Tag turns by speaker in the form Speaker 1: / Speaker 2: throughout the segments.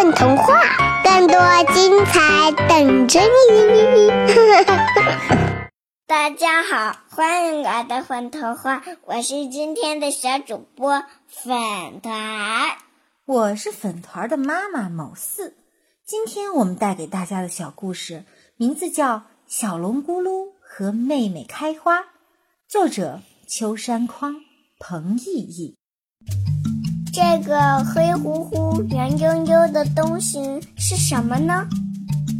Speaker 1: 看童话，更多精彩等着你。大家好，欢迎来到粉童话，我是今天的小主播粉团。
Speaker 2: 我是粉团儿的妈妈某四。今天我们带给大家的小故事名字叫《小龙咕噜和妹妹开花》，作者秋山匡、彭毅毅。
Speaker 1: 这个黑乎乎、圆溜溜的东西是什么呢？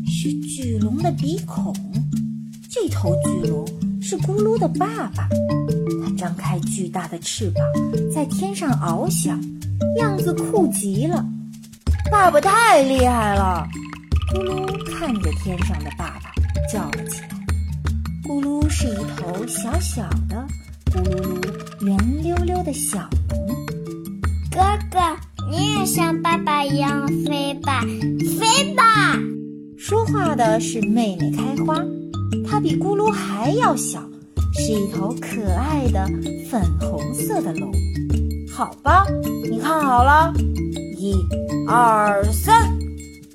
Speaker 2: 是巨龙的鼻孔。这头巨龙是咕噜的爸爸，它张开巨大的翅膀，在天上翱翔，样子酷极了。爸爸太厉害了！咕噜看着天上的爸爸，叫了起来。咕噜是一头小小的、咕噜噜、圆溜溜的小龙。
Speaker 1: 哥哥，你也像爸爸一样飞吧，飞吧！
Speaker 2: 说话的是妹妹开花，它比咕噜还要小，是一头可爱的粉红色的龙。好吧，你看好了，一、二、三，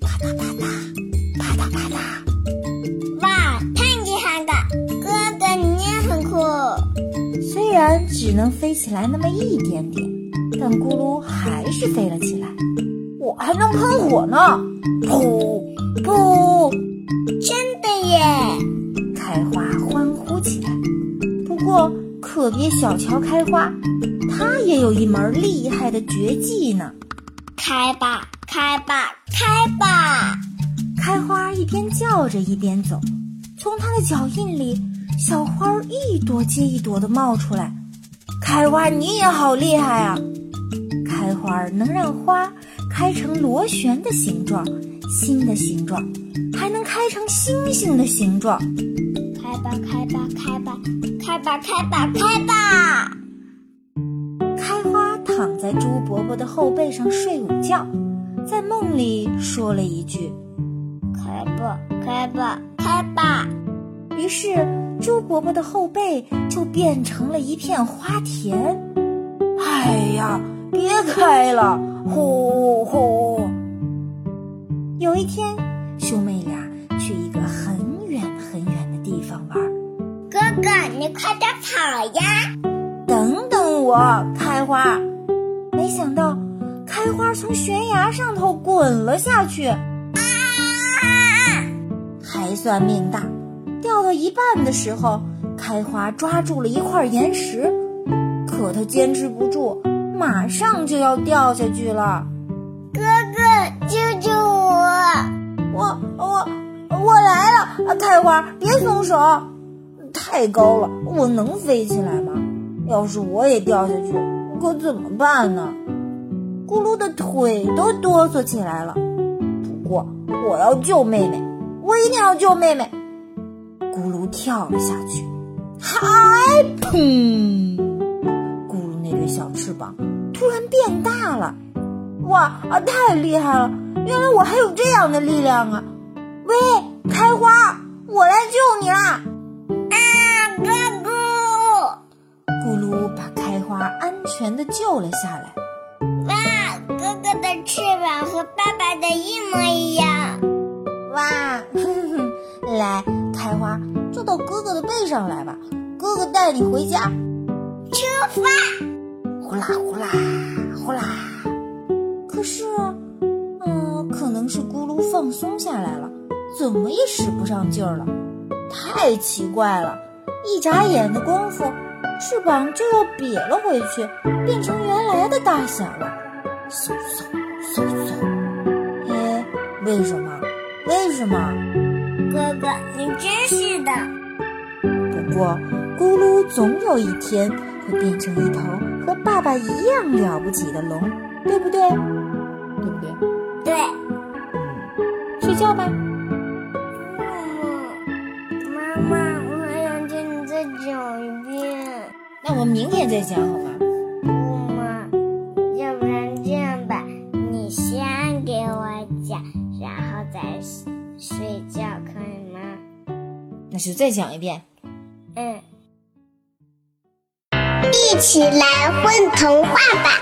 Speaker 2: 啪嗒啪嗒，啪嗒啪嗒。
Speaker 1: 哇，太厉害了！哥哥，你也很酷。
Speaker 2: 虽然只能飞起来那么一点点，但咕噜还是飞了起来。我还能喷火呢！噗噗，
Speaker 1: 真的耶！
Speaker 2: 开花欢呼起来。不过可别小瞧开花，它也有一门厉害的绝技呢。
Speaker 1: 开吧，开吧，开吧！
Speaker 2: 开花一边叫着一边走，从它的脚印里，小花儿一朵接一朵的冒出来。开花，你也好厉害啊！开花儿能让花开成螺旋的形状、心的形状，还能开成星星的形状。
Speaker 1: 开吧，开吧，开吧，开吧，开吧，开吧！
Speaker 2: 开花躺在猪伯伯的后背上睡午觉，在梦里说了一句。
Speaker 1: 开吧，开吧，开吧！
Speaker 2: 于是，猪伯伯的后背就变成了一片花田。哎呀，别开了！呼呼。有一天，兄妹俩去一个很远很远的地方玩儿。
Speaker 1: 哥哥，你快点跑呀！
Speaker 2: 等等我，开花！没想到，开花从悬崖上头滚了下去，还算命大。掉到一半的时候，开花抓住了一块岩石，可它坚持不住，马上就要掉下去了。
Speaker 1: 哥哥，救救我！
Speaker 2: 我我我来了！啊，开花，别松手！太高了，我能飞起来吗？要是我也掉下去，可怎么办呢？咕噜的腿都哆嗦起来了。不过我要救妹妹，我一定要救妹妹！咕噜跳了下去，还砰！咕噜那对小翅膀突然变大了。哇啊，太厉害了！原来我还有这样的力量啊！喂，开花，我来救你啦！
Speaker 1: 啊，哥哥！
Speaker 2: 咕噜把开花安全的救了下来。
Speaker 1: 哇，哥哥的翅膀和爸爸的一模一样。
Speaker 2: 哇，哼哼，来，开花，坐到哥哥的背上来吧，哥哥带你回家。
Speaker 1: 出发！
Speaker 2: 呼啦呼啦呼啦。可是，嗯，可能是咕噜放松下来了，怎么也使不上劲儿了，太奇怪了！一眨眼的功夫，翅膀就要瘪了回去，变成原来的大小了。嗖嗖嗖嗖，哎，为什么？为什么？
Speaker 1: 哥哥，你真是的。
Speaker 2: 不过，咕噜总有一天会变成一头和爸爸一样了不起的龙，对不对？对不对？嗯
Speaker 1: 对。
Speaker 2: 睡觉吧。
Speaker 1: 妈妈，我想听你再讲一遍。
Speaker 2: 那我们明天再讲好吗？
Speaker 1: 不嘛，要不然这样吧，你先给我讲，然后再睡睡觉，可以吗？
Speaker 2: 那就再讲一遍。
Speaker 1: 嗯。
Speaker 3: 一起来混童话吧！